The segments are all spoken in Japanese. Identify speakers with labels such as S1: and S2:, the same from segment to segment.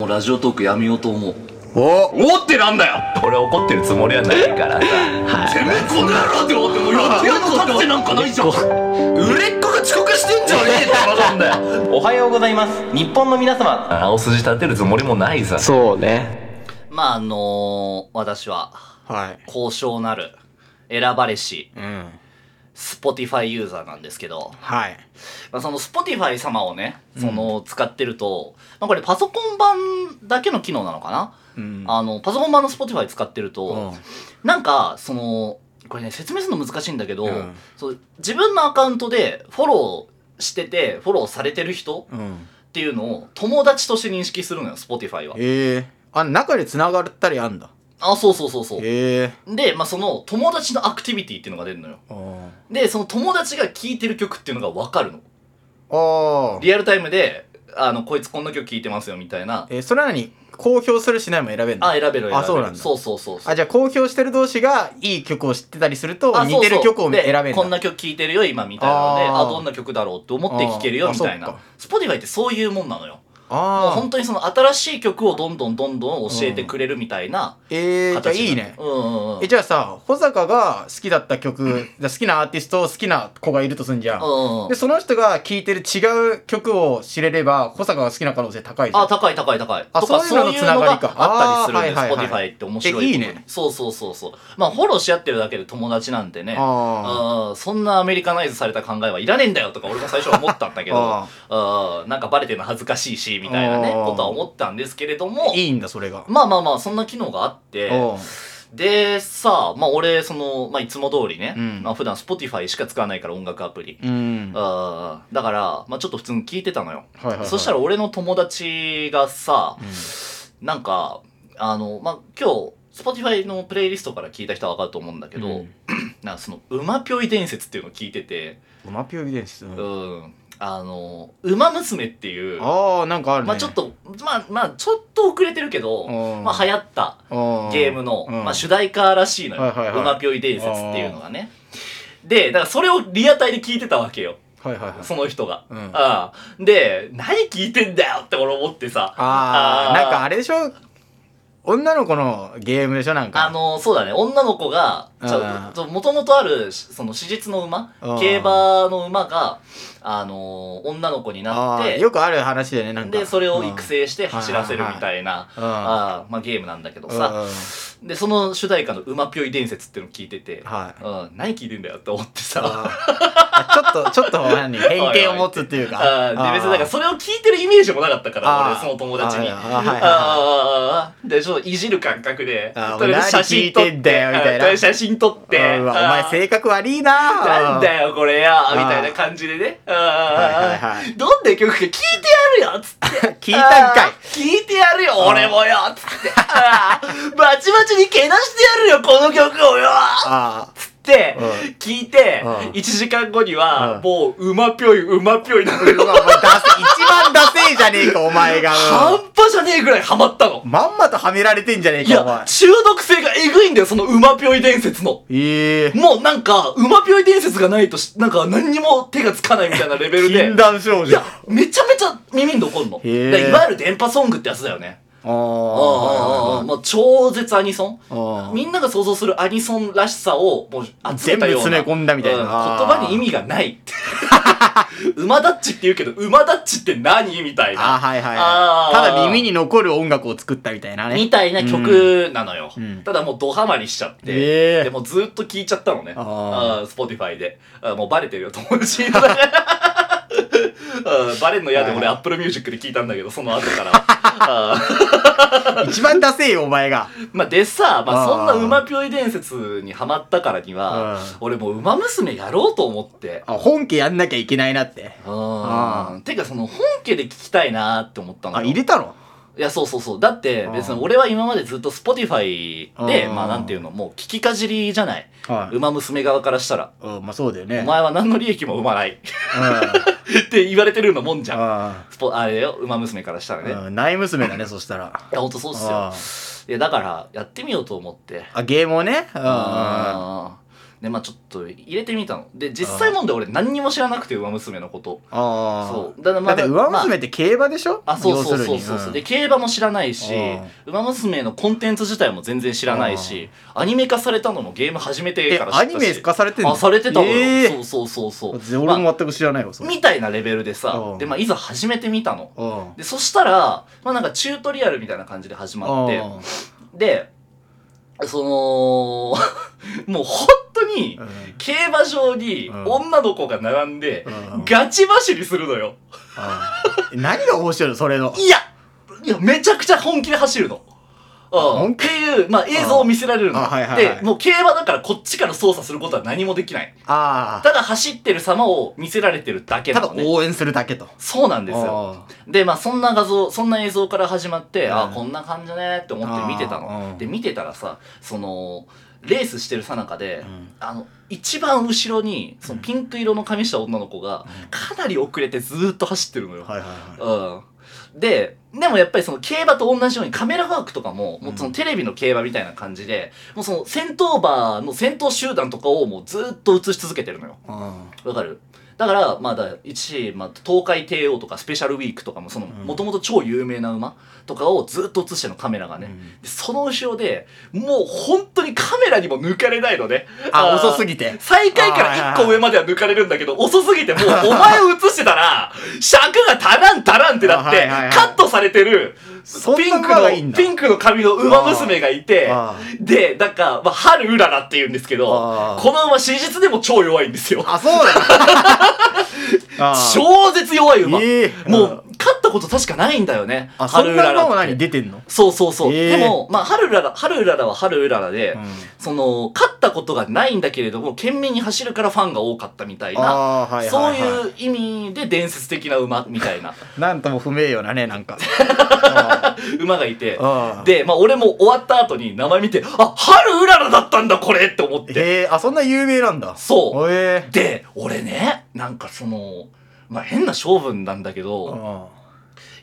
S1: もうラジオトークやめようと思う
S2: お
S1: おってなんだよ
S3: 俺怒ってるつもりはないからさ
S1: てめえこの野郎って思ってもうやってやの立ってなんかないじゃん売れっ子が遅刻してんじゃねえ って話なんだよ
S4: おはようございます日本の皆様
S3: 青筋立てるつもりもないさ
S2: そうね
S4: まああのー私は
S2: はい
S4: 高尚なる選ばれし
S2: うん
S4: スポティファイユーザーなんですけど、
S2: はい
S4: まあ、そのスポティファイ様をねその使ってると、まあ、これパソコン版だけの機能なのかな、
S2: うん
S4: あのパソコン版のスポティファイ使ってる
S2: う
S4: と
S2: ん、
S4: なんかそのこれね説明するの難しいんだけど、
S2: うん
S4: そう自分のアカウントでフォローしててフォローされてる人
S2: うん
S4: っていうのを友達として認識するのよ Spotify は
S2: ええあ中で繋がったりあんだ
S4: あそうそうそうそう
S2: ええ
S4: で、まあ、その友達のアクティビティっていうのが出るのよ
S2: あ
S4: でその友達が聴いてる曲っていうのが分かるの
S2: あ
S4: リアルタイムであのこいつこんな曲聴いてますよみたいな
S2: えーそれなのに公表するしないも選べるの
S4: あ選べる選べる
S2: あそうなんだ
S4: そうそうそうそう
S2: あじゃあ公表してる同士がいい曲を知ってたりすると
S4: あそうそ
S2: 似
S4: う
S2: てる曲を選べる
S4: で
S2: だ
S4: こんな曲聴いてるよ今みたいなので
S2: あ
S4: あ
S2: ー
S4: どんな曲だろうって思って聴けるよ
S2: あー
S4: みたいな
S2: あ
S4: Spotify ってそういうもんなのよもう
S2: あ
S4: 本当にその新しい曲をどんどんどんどん教えてくれるみたいな
S2: ーえー、じゃあ
S4: 形
S2: いい
S4: なの
S2: ね
S4: うんうんうん
S2: えじゃあさ保坂が好きだった曲、 じゃあ好きなアーティスト好きな子がいるとすんじゃん、
S4: うんうん
S2: でその人が聴いてる違う曲を知れれば保坂が好きな可能性高いじゃん
S4: あ、高い高い高い。
S2: あ
S4: とか
S2: そういうののつながり
S4: そ
S2: か
S4: ういうのがあったりするんで、
S2: あーはいはいはい
S4: Spotify って面白いところ。
S2: えいいね
S4: そうそうそうそう。まあ、フォローし合ってるだけで友達なんてね、
S2: あ
S4: あーそんなアメリカナイズされた考えはいらねえんだよとか俺も最初は思ったんだけど、
S2: あ
S4: あーなんかバレてるの恥ずかしいし、みたいなね、
S2: あー
S4: ことは思ったんですけれども、
S2: いいんだそれが、
S4: まあまあまあ、そんな機能があって、
S2: おう
S4: で、さあ、まあ俺、その、まあいつも通りね、
S2: うん
S4: まあ普段 Spotify しか使わないから音楽アプリ。
S2: うんは
S4: あーだから、まあちょっと普通に聞いてたのよ。
S2: いはいはい
S4: そしたら俺の友達がさ、なんか、あの、まあ、今日、Spotify のプレイリストから聞いた人はわかると思うんだけど、
S2: うん
S4: なんかその、馬ぴょい伝説っていうのを聞いてて、
S2: 馬ピオビデンス、うん
S4: うん、あの、馬娘っていう、
S2: ああなんかあるね
S4: まあ、ちょっと、まあ、まあ、ちょっと遅れてるけど、
S2: うん
S4: まあ、流行ったゲームの、
S2: うん
S4: まあ、主題歌らしいのよ
S2: はいはいは
S4: 「
S2: い
S4: 馬ぴょい伝説」っていうのがね。で、だからそれをリアタイで聞いてたわけよ、
S2: はいはいはい
S4: その人が。
S2: うん
S4: ああで、何聞いてんだよって俺思ってさ。
S2: あ
S4: あ
S2: あ
S4: ー
S2: なんかあれでしょ女の子のゲームでしょなんか
S4: あの、そうだね、女の子が、
S2: うん
S4: ちゃもともとある、しその、史実の馬
S2: うん、
S4: 競馬の馬が、あの、女の子になっ
S2: あー
S4: て、
S2: よくある話だよねなんか
S4: で、それを育成して走らせるみたいな、
S2: うんうん
S4: あーまあ、ゲームなんだけどさ、
S2: う
S4: で、その主題歌の馬ぴょい伝説っていうのを聞いてて
S2: ん、はい
S4: うん、何聞いてんだよって思ってさ、
S2: あちょっとちょっと何偏見を持つっていうか
S4: あーで、別になんかそれを聞いてるイメージもなかったから、
S2: あー
S4: 俺、その友達に。
S2: あー
S4: あ
S2: はいはいはい
S4: あーで、ちょっといじる感覚で、
S2: あー
S4: とりあえず写真撮っ
S2: お前何聞いて
S4: て、
S2: んだよみたいな
S4: うんとりあえず写真撮って、
S2: うんうわお
S4: あー
S2: 前性格悪いな
S4: なんだよこれや
S2: あー
S4: みたいな感じでね。
S2: はい
S4: あ
S2: はいはい
S4: ーどんな曲か聞いてやるよっつって。
S2: 聞いたんかい
S4: あー聞いてやるよ俺もよっつって。あーバチバチにけなしてやるよこの曲をよ
S2: あ
S4: つって
S2: うん
S4: 聞いて
S2: うん
S4: 1時間後には
S2: うん
S4: もう馬ぴょい馬ぴょいなの
S2: あう
S4: よ。
S2: わお前ダセ一番ダセえじゃねえかお前が
S4: 半
S2: うん
S4: 端じゃねえぐらいハマったの。
S2: まんまとはめられてんじゃねえ
S4: い
S2: かお前
S4: や、中毒性がえぐいんだよ、その馬ぴょい伝説の。
S2: ええ
S4: もうなんか、馬ぴょい伝説がないとし、なんか何にも手がつかないみたいなレベル で。
S2: 禁断症
S4: い
S2: 状
S4: や、めちゃめちゃ耳に残るの。
S2: へー
S4: だからいわゆる電波ソングってやつだよね。
S2: あ
S4: ああああああ、
S2: ー
S4: もう超絶アニソ
S2: ああ
S4: ン。みんなが想像するアニソンらしさをもう集めたような
S2: 全部詰め込んだみたいな
S4: う言葉に意味がない。 馬ダッチって言うけど、馬ダッチって何みたい
S2: あ
S4: な。
S2: はいはい
S4: あ
S2: は
S4: ー
S2: いただ耳に残る音楽を作ったみたいなね
S4: みたいな曲なのよ。
S2: ん
S4: ただもうドハマりしちゃって。
S2: へえ
S4: でもうずっと聴いちゃったのね。
S2: あ
S4: ああ、スポティファイで。ああもうバレてるよ、友 達に。だからああバレんの嫌で
S2: はい
S4: 俺
S2: は
S4: アップルミュージックで聴いたんだけど、その後から。ああ
S2: 一番ダセえよお前が
S4: まあでさ、まあ
S2: あ
S4: そん
S2: ー
S4: な馬ぴょい伝説にハマったからには
S2: うん、
S4: 俺もう馬娘やろうと思って。
S2: あ本家やんなきゃいけないなって
S4: う
S2: あ
S4: ん。てかその本家で聞きたいなーって思ったの
S2: あ
S4: よ。
S2: 入れたの
S4: いや、そうそうそう。だって、別に俺は今までずっと Spotify で、
S2: うん
S4: まあなんていうの、もう聞きかじりじゃない。
S2: はい
S4: 馬娘側からしたら。
S2: うんまあそうだよね
S4: お前は何の利益も生まない。
S2: うん
S4: って言われてるようなもんじゃん。
S2: あ
S4: スポあれよ、馬娘からしたら ね。い
S2: ーうんない娘だねそしたら
S4: や、ほんとそうっすよ
S2: あ。ー
S4: いや、だから、やってみようと思って。
S2: あゲームをねうんうん
S4: あでまあちょっと入れてみたので実際問題俺何にも知らなくてウマ娘のこと
S2: ああ
S4: そうだから
S2: だって
S4: まあ
S2: 上娘って競馬でしょ、
S4: あそうそうそう
S2: 要
S4: そ
S2: す
S4: う
S2: るに
S4: そう、
S2: ん
S4: で競馬も知らないし
S2: う
S4: 「ウマ娘」のコンテンツ自体も全然知らないしアニメ化されたのもゲーム始めて
S2: え
S4: から
S2: ア
S4: 知
S2: ニ
S4: ったし
S2: メ化されてんの
S4: あされてたのよ、
S2: え
S4: そうそうそうそ
S2: ー
S4: う
S2: ぜ俺も全く知らないわそれ、
S4: みたいなレベルでさ
S2: うん
S4: で、まあ、いざ始めてみたの
S2: うん
S4: でそしたら、まあ、なんかチュートリアルみたいな感じで始まって
S2: うん
S4: でその もう本当に競馬場に
S2: うん
S4: 女の子が並んで
S2: うん
S4: ガチ走りするのよ
S2: うん何が面白いのそれの
S4: いやいやめちゃくちゃ本気で走るの。うん、っ
S2: 本
S4: ていう、まあ、映像を見せられるの。
S2: あはいはいはい
S4: で、もう競馬だからこっちから操作することは何もできない。
S2: あ
S4: ただ走ってる様を見せられてるだけ
S2: あた
S4: な
S2: だ
S4: のね。
S2: 応援するだけと
S4: そうなんですよ。
S2: あ
S4: で、まあ、そんな画像、そんな映像から始まって、
S2: うん
S4: あこんな感じねって思って見てた
S2: あ
S4: の
S2: ー。
S4: で、見てたらさ、その、レースしてるさなかで、
S2: ーうん
S4: あの、一番後ろに、そのピンク色の髪した女の子が、かなり遅れてずーっと走ってるのよ。
S2: はいはいはい
S4: うん。で、でもやっぱりその競馬と同じようにカメラワークとかも、もうそのテレビの競馬みたいな感じで、もうその戦闘馬の戦闘集団とかをもうずーっと映し続けてるのよ。
S2: うん
S4: わかるだから、まあ、だ一、まあ、東海帝王とかスペシャルウィークとかも、その、
S2: ん
S4: もともと超有名な馬とかをずっと映してるのカメラがね。
S2: うん
S4: でその後ろで、もう本当にカメラにも抜かれないのね。
S2: あ遅す
S4: ぎ
S2: ぎて
S4: 最下位から1個上までは抜かれるんだけど、遅すぎてもうお前を映してたら、尺が足らん足らんってなっ
S2: あは
S4: て
S2: いはいはい、
S4: カットされてる、
S2: そんな
S4: ピンク
S2: 馬がいいん
S4: の、
S2: だ
S4: ピンクの髪の馬娘がいて
S2: あ、
S4: で、なんか、まあ、春うららって言うんですけど、
S2: あー
S4: この馬史実でも超弱いんですよ。
S2: あそうだ あー
S4: 超絶弱い馬。
S2: ええ
S4: もう、勝ったこと確かないんだよね。
S2: あそん
S4: うらら
S2: なの
S4: っ
S2: も
S4: て
S2: 何出てんの
S4: そうそうそう。
S2: ええ
S4: でも、まあ、春うらら、春うららは春うららで、その、勝ったことがないんだけれども、懸命に走るからファンが多かったみたいな、
S2: あーはいはいはい
S4: そういう意味で伝説的な馬みたい な
S2: なんとも不名誉なねな んかあ
S4: 馬がいて、
S2: あ
S4: で、まあ、俺も終わった後に名前見て、あ、春うららだったんだ、これって思って。
S2: へえあそんな有名なんだ
S4: そう。
S2: へえ
S4: で俺ねなんかそのまあ変な性分なんだけ
S2: う
S4: ど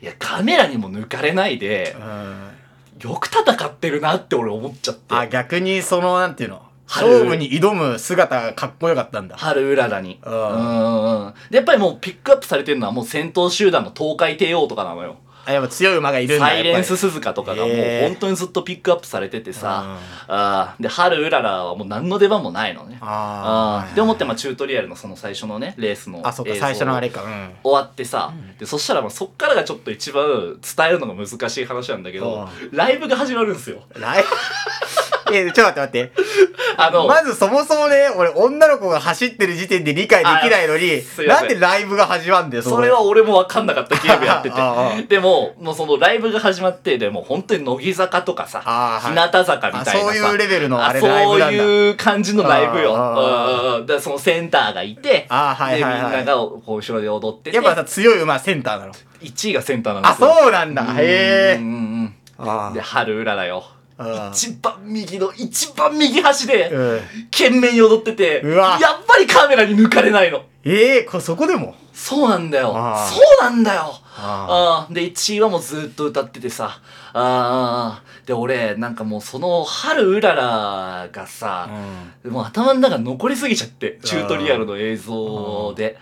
S2: ん
S4: いやカメラにも抜かれないで
S2: うん
S4: よく戦ってるなって俺思っちゃって
S2: あ逆にそのなんていうの
S4: 春
S2: 勝負に挑む姿がかっこよかったんだ
S4: 春うららにう
S2: うんん
S4: うんうんでやっぱりもうピックアップされてるのはもう戦闘集団の東海帝王とかなのよ
S2: あやっぱ強い馬がいるんだ
S4: サイ
S2: やっ
S4: レ
S2: ぱ
S4: ン
S2: り
S4: ス鈴鹿とかがもう
S2: へー
S4: 本当にずっとピックアップされててさあーで春うららはもう何の出番もないのね
S2: あ
S4: あ
S2: ー
S4: ーで思ってまあチュートリアルのその最初のねレースの
S2: あそうか
S4: 映像
S2: 最初のあれかうん
S4: 終わってさ、でそしたらまあそっからがちょっと一番伝えるのが難しい話なんだけど、ライブが始まるんですよ。
S2: 来 えちょっと待って待って
S4: あの、
S2: まずそもそもね俺女の子が走ってる時点で理解できないのに
S4: すいませ
S2: なんんでライブが始まるんだ よ
S4: それは俺も分かんなかったゲームやって
S2: ああああ
S4: てでももうそのライブが始まってでもう本当に乃木坂とかさ、
S2: ああはい
S4: 日向坂みたいなさ
S2: あそういうレベルの
S4: あ
S2: あれライブなんだ
S4: そういう感じのライブよ。
S2: あああ
S4: うんうんうんでそのセンターがいて
S2: ああはいはいはい
S4: でみんながこう後ろで踊ってて
S2: やっぱさ強い馬センターなの
S4: 1位がセンターなんで
S2: あ
S4: すよ。
S2: そうなんだ
S4: う
S2: へ
S4: ん
S2: え
S4: うんう
S2: あ
S4: んで春うららよ。
S2: あ
S4: 一番右の一番右端で、
S2: うん
S4: 懸命に踊ってて、
S2: うわ
S4: やっぱりカメラに抜かれないの。
S2: ええこそこでも
S4: そうなんだよ。
S2: ああ
S4: そうなんだよ。あ
S2: あ
S4: あで、1位はもうずっと歌っててさ。ああで、俺、なんかもうその春うららがさ、もう頭の中残りすぎちゃって、チュートリアルの映像で。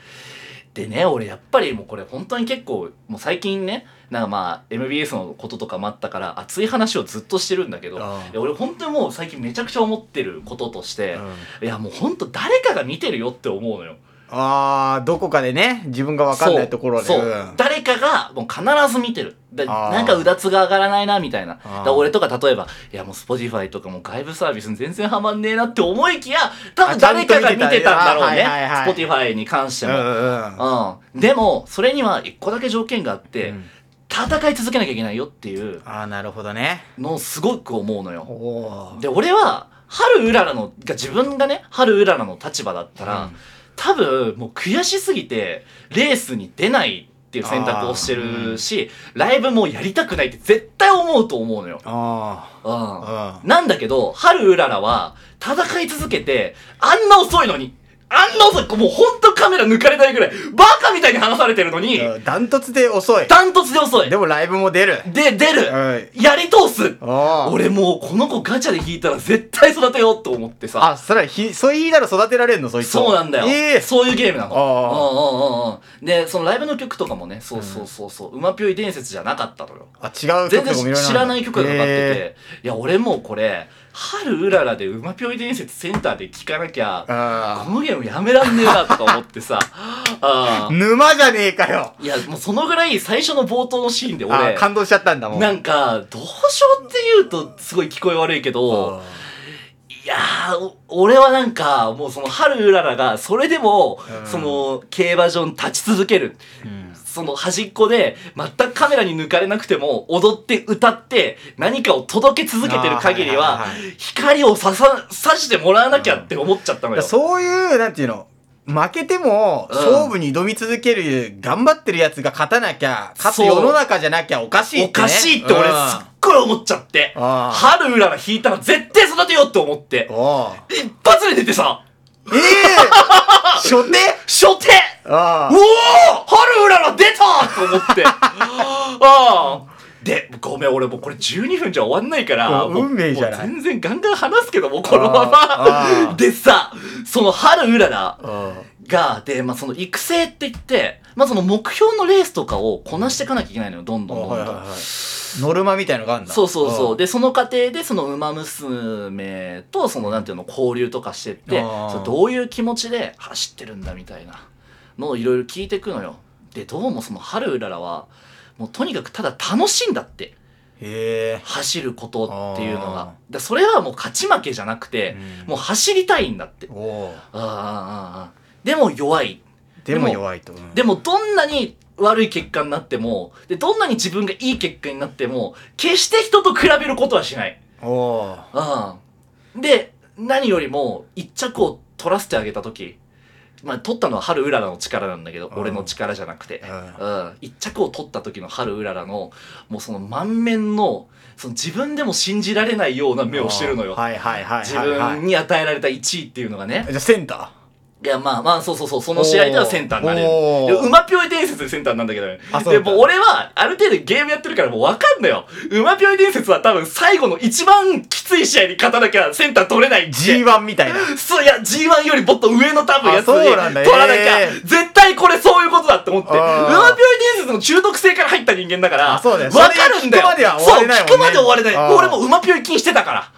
S4: でね、俺やっぱりもうこれ本当に結構、もう最近ね、なんかまあ MBS のこととかもあったから熱い話をずっとしてるんだけど、
S2: ああ
S4: いや俺本当にもう最近めちゃくちゃ思ってることとして、
S2: う
S4: い
S2: ん
S4: やもうほんと誰かが見てるよって思うのよ。
S2: あーどこかでね自分が分かんないところで
S4: そう
S2: う
S4: そう。
S2: ん
S4: 誰かがもう必ず見てる。だ
S2: あー
S4: なんかうだつが上がらないなみたいな。だ
S2: あー
S4: から俺とか例えば、いやもう Spotify とかもう外部サービスに全然ハマんねえなって思いきや、多分
S2: あちゃん
S4: 誰
S2: と
S4: かが見
S2: 見てた
S4: てたんだろうね
S2: あはいはいは。い
S4: Spotify に関して
S2: うんう
S4: も。
S2: んうん
S4: うん。でも、それには一個だけ条件があって、
S2: うん
S4: 戦い続けなきゃいけないよっていう
S2: ああなるほどね
S4: のをすごく思うのよ。
S2: おー
S4: で俺は春うららのが自分がね春うららの立場だったら、
S2: うん
S4: 多分もう悔しすぎてレースに出ないっていう選択をしてるし、ライブもやりたくないって絶対思うと思うのよ。
S2: あ
S4: うん
S2: あ
S4: なんだけど春うららは戦い続けてあんな遅いのに安納さん、もうほんとカメラ抜かれないぐらい、バカみたいに話されてるのに、
S2: ダントツで遅い。
S4: ダントツで遅い。
S2: でもライブも出る。
S4: で、出る
S2: はい。
S4: やり通す
S2: あー
S4: 俺もうこの子ガチャで引いたら絶対育てようと思ってさ。
S2: あ、それひ、そう言いなら育てられんのそいつを。
S4: そうなんだよ、
S2: ええ
S4: そういうゲームなの
S2: あ
S4: うんうんうんうんでそのライブの曲とかもねそうそうそうそう「うまぴょい伝説」じゃなかったのよ
S2: あ、違う
S4: 全
S2: 曲とかも
S4: 然
S2: ろ
S4: 知らない曲がかかってて、
S2: え
S4: いや俺もうこれ「春うらら」で「うまぴょい伝説」センターで聴かなき
S2: ー
S4: ゃこ
S2: あ
S4: のゲームやめらんねえなとか思って さあ
S2: ー 沼じゃねえかよ。
S4: ーいやもうそのぐらい最初の冒頭のシーンで
S2: あ
S4: 俺
S2: ー感動しちゃったんだもん。
S4: なんかどうしようって言うとすごい聞こえ悪いけど、
S2: あ
S4: いやー、お俺はなんか、もうその、春うららが、それでも、
S2: うん
S4: その、競馬場に立ち続ける。その端っこで、全くカメラに抜かれなくても、踊って、歌って、何かを届け続けてる限り
S2: あー
S4: は
S2: はいはいは、
S4: 光をささ、さしてもらわなきゃって思っちゃったの
S2: ー
S4: よ。
S2: そういう、なんていうの。負けても、
S4: うん
S2: 勝負に挑み続ける、頑張ってるやつが勝たなきゃ、勝つ
S4: そう
S2: 世の中じゃなきゃおかしいって、ね。
S4: おかしいって俺、
S2: う
S4: す
S2: ん
S4: っごい思っちゃって。
S2: あー
S4: 春うらら引いたら絶対育てようって思って。
S2: おう
S4: 一発で出てさ、
S2: ええ初手
S4: 初手
S2: あ
S4: うおー春うらら出たと思 って。ああ。で、ごめん、俺もうこれ12分じゃ終わんないから、
S2: うん
S4: もう
S2: 運命じゃない
S4: もう全然ガンガン話すけども、このま
S2: あ
S4: ま。
S2: ー
S4: でさ、その春うらら
S2: あ。
S4: が、で、まあ、その育成って言って、まあ、その目標のレースとかをこなしていかなきゃいけないのよ、どんどんどんどん。
S2: ノルマみたいのがあるんだ
S4: そうそうそうう。で、その過程で、その馬娘と、その、なんていうの、交流とかしてって、
S2: あー
S4: それどういう気持ちで走ってるんだみたいなのをいろいろ聞いてくのよ。で、どうもその、春うららは、もうとにかくただ楽しいんだって。
S2: へ
S4: 走ることっていうの
S2: あー
S4: が。でそれはもう勝ち負けじゃなくて、
S2: うん
S4: もう走りたいんだって
S2: え。おう
S4: あーあーあーあーでも弱い。
S2: で
S4: で
S2: も
S4: も
S2: 弱いとうん
S4: でもどんなに悪い結果になっても、で、どんなに自分がいい結果になっても、決して人と比べることはしない。
S2: おう
S4: うん。で、何よりも、一着を取らせてあげたとき、まあ、取ったのは春うららの力なんだけど、
S2: うん
S4: 俺の力じゃなくて、
S2: う
S4: うん。一着を取った時の春うららの、もうその満面の、その自分でも信じられないような目をしてるのよ。
S2: はいはいはい
S4: 自
S2: はいはい
S4: 分に与えられた1位っていうのがね。
S2: じゃあセンタ
S4: いや、まあまあ、そうそうそう、その試合ではセンターになれる
S2: おー。
S4: で馬ぴょい伝説でセンターなんだけどね
S2: あ。そう
S4: で
S2: だ
S4: もう俺は、ある程度ゲームやってるからもうわかんないよ。馬ぴょい伝説は多分最後の一番きつい試合に勝たなきゃセンター取れないって。
S2: ー G1 みたいな
S4: そういや G1 よりもっと上の多分やつ
S2: あ
S4: に
S2: そ
S4: 取
S2: う
S4: ら
S2: なん
S4: な
S2: だ
S4: きゃ、
S2: えー
S4: 絶対これそういうことだって思って
S2: あー
S4: 馬ぴょい伝説の中毒性から入った人間だから
S2: あそうだよ
S4: 分かるんだよ
S2: それ聞くま
S4: そう聞くま
S2: では終われないもんね
S4: で終われない
S2: あー
S4: 俺も馬ぴょい禁してたから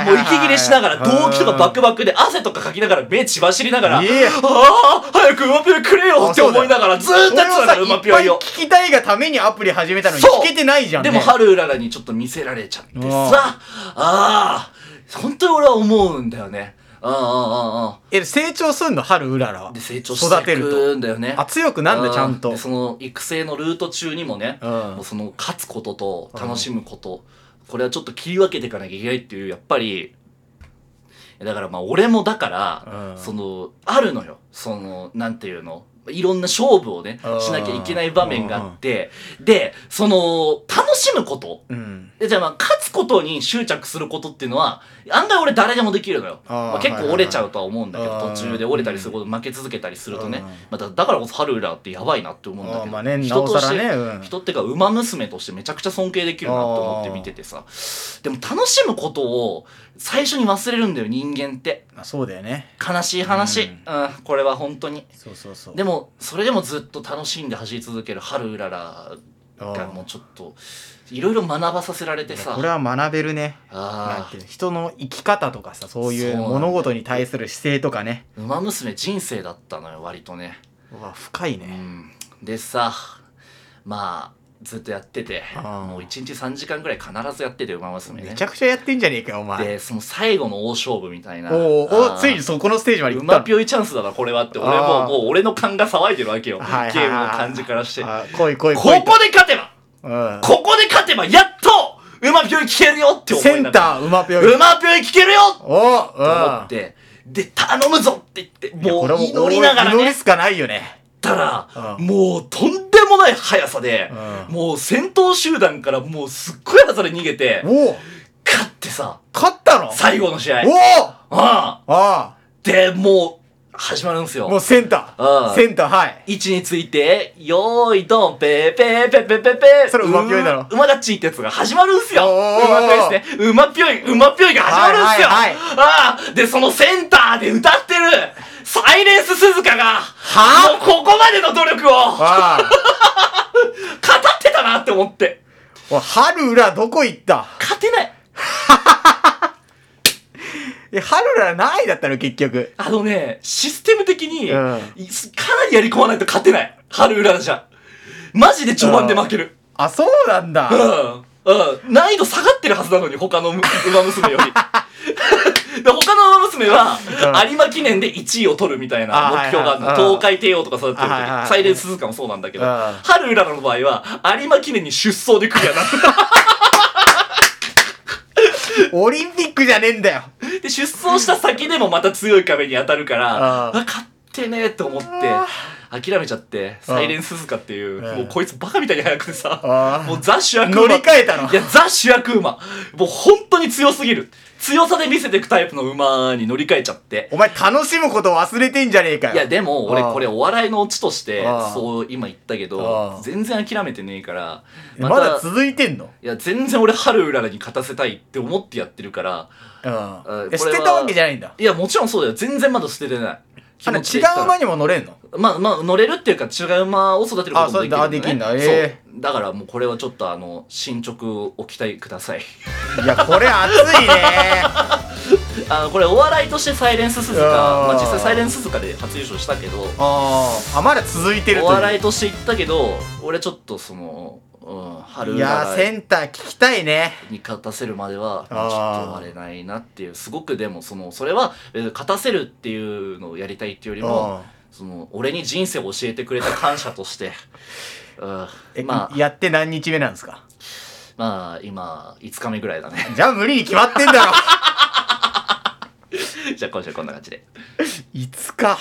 S4: ああ、もう息切れしながら、動
S2: 動
S4: 機
S2: 機
S4: とかバクバクで、汗とかかきながら、目血走りながら、あ
S2: いえ
S4: あ、早く馬ピョイくれよって思いながら、ずーっと
S2: 俺
S4: やってたか
S2: はさ
S4: ら、
S2: い
S4: 馬
S2: っ
S4: ピョ
S2: ぱい
S4: イ
S2: 聞
S4: を。
S2: きたいがためにアプリ始めたのに
S4: そう
S2: 聞けてないじゃん
S4: で
S2: ね
S4: も、春うららにちょっと見せられちゃって
S2: う
S4: さ
S2: ん、
S4: ああ、本当に俺は思うんだよね。ああ、ああ、あ
S2: え成長すんの春うららは
S4: あ。で、成長していくんだよね。
S2: あ強くなんだちゃん
S4: う
S2: と
S4: でその育成のルート中にもね、
S2: うん
S4: もうその勝つことと楽しむこと、これはちょっと切り分けていかなきゃいけないっていうやっぱりだからまあ俺もだから、
S2: うん
S4: そのあるのよそのなんていうのいろんな勝負をね
S2: うん
S4: しなきゃいけない場面があって、でその楽しむこと
S2: うん
S4: でじゃあまあ勝つことに執着することっていうのは案外俺誰でもできるのよ
S2: あー
S4: まあ、結構折れちゃうとは思うんだけど、
S2: はいはいはい
S4: 途中で折れたりすること負け続けたりするとね、
S2: うん
S4: まあ、だだからこそハルーラってやばいなって思うんだ
S2: あ
S4: け
S2: ー
S4: ど、
S2: まあねな
S4: 人
S2: お
S4: とし
S2: さ
S4: て、
S2: らねうん
S4: 人ってか馬娘としてめちゃくちゃ尊敬できるなって思って見ててさでも楽しむことを最初に忘れるんだよ人間って
S2: あそうだよね
S4: 悲しい話、う
S2: うんん
S4: これは本当に
S2: そうそうそう
S4: でもそれでもずっと楽しんで走り続けるハルーララがもうちょっといろいろ学ばさせられてさ
S2: これは学べるねなん
S4: あ
S2: ていうの人の生き方とかさそうい
S4: そう
S2: う
S4: なんだ
S2: 物事に対する姿勢とかね
S4: あ馬娘人生だったのよ割とね、
S2: うわ深いうね
S4: ん、でさまあずっとやってて
S2: あー
S4: もう1日3時間ぐらい必ずやってて馬娘ね
S2: めちゃくちゃやってんじゃねえかよお前
S4: でその最後の大勝負みたいな
S2: おお
S4: あ
S2: ー
S4: ー
S2: おついにそこのステージまで行った
S4: 馬
S2: の
S4: ぴょいチャンスだなこれはって俺も
S2: あ
S4: う
S2: ー
S4: もう俺の勘が騒いでるわけよゲ
S2: はいはいはい
S4: ームの感じからしてこ
S2: あ来い来い来い
S4: こで勝てば
S2: うん
S4: ここで勝てばやっと馬ぴょい聞けるよって思
S2: セ
S4: い
S2: ン
S4: ながら
S2: ター馬ぴょい
S4: 馬ぴょい聞けるよ
S2: おお
S4: と思ってで頼むぞって言ってもう祈りながら
S2: 祈
S4: ね
S2: りしかないよね
S4: ったら、
S2: うん
S4: もうとんでもない速さで、
S2: うん
S4: もう先頭集団からもうすっごい速さで逃げて、
S2: おお
S4: 勝ってさ、
S2: 勝ったの
S4: 最後の試合。
S2: おお
S4: ああ
S2: ああ
S4: で、もう、始まるんすよ
S2: もうセンタ
S4: う
S2: ー
S4: ん
S2: センターは
S4: 位
S2: い
S4: 置について、よーいどん、ぺーぺーぺーぺーぺーぺー。
S2: それ馬ぴょいだろ
S4: う馬だっちってやつが始まるんすよ。
S2: おー
S4: 馬ぴょいですね。馬ぴょい、馬ぴょいが始まるんすよ。
S2: はいはい
S4: ああ、で、そのセンターで歌ってる、サイレンス鈴鹿が、も
S2: は
S4: うここまでの努力を、語っ
S2: わあ
S4: てたなって思って。
S2: おい春浦どこ行った
S4: 勝てない。
S2: え春浦ないだったの結局
S4: あのね、システム的に、い
S2: うん
S4: かなりやり込まないと勝てない。春浦じゃ。マジで序盤で負ける。
S2: あそうなんだ
S4: うん。うん。難易度下がってるはずなのに、他のむ 馬娘より。 で他の馬娘は、有馬記念で1位を取るみたいな
S2: あ
S4: 目標があるの。
S2: はいはいはい
S4: 東海帝王とか育ってる
S2: あはいはいは
S4: 時、
S2: い
S4: サイレンス鈴鹿もそうなんだけど、
S2: うん
S4: 春うららの場合は、有馬記念に出走でクリア な。
S2: オリンピックじゃねえんだよ
S4: で、出走した先でもまた強い壁に当たるから、
S2: あ
S4: あ
S2: ー
S4: 勝ってねえと思って、諦めちゃって、サイレンス鈴鹿っていう、
S2: うん
S4: もうこいつバカみたいに速くてさ、
S2: あー
S4: もうザ主役馬
S2: 乗り換えたの
S4: いや、ザ主役馬。もう本当に強すぎる。強さで見せていくタイプの馬に乗り換えちゃって。
S2: お前楽しむこと忘れてんじゃねえかよ
S4: いや、でも俺
S2: ああ
S4: これお笑いのオチとして
S2: あ、あ
S4: そう今言ったけ
S2: あ
S4: ど
S2: あ、
S4: 全然諦めてねえから、
S2: ま
S4: た
S2: だ続いてんの
S4: いや、全然俺春うららに勝たせたいって思ってやってるから、
S2: うん
S4: あ
S2: いや捨てたわけじゃないんだ
S4: いや、もちろんそうだよ。全然まだ捨ててない。
S2: あの
S4: 気持ちで
S2: 違
S4: 言ったら
S2: う馬にも乗れんの
S4: まあまあ乗れるっていうか違う馬を育てることもできる
S2: あそうだできんだ
S4: ね
S2: え
S4: そうだからもうこれはちょっとあの進捗をお期待ください
S2: いやこれ熱 いね
S4: あのこれお笑いとしてサイレンス鈴鹿
S2: あー
S4: まあ、実際サイレンス鈴鹿で初優勝したけど
S2: あーあまだ続いてるという
S4: お笑いとして言ったけど俺ちょっとその、うん、春
S2: いやーセ
S4: 柄
S2: ンター聞きたいね
S4: に勝たせるまではちょっ
S2: あー
S4: と割れないなっていうすごくでもそのそれはえー勝たせるっていうのをやりたいっていうよりも
S2: うん
S4: その俺に人生を教えてくれた感謝と して、うん
S2: え、
S4: まあ
S2: やって何日目なんですか
S4: まあ今5日目ぐらいだね
S2: じゃあ無理に決まってんだろ
S4: じゃあ今週はこんな感じで
S2: いつか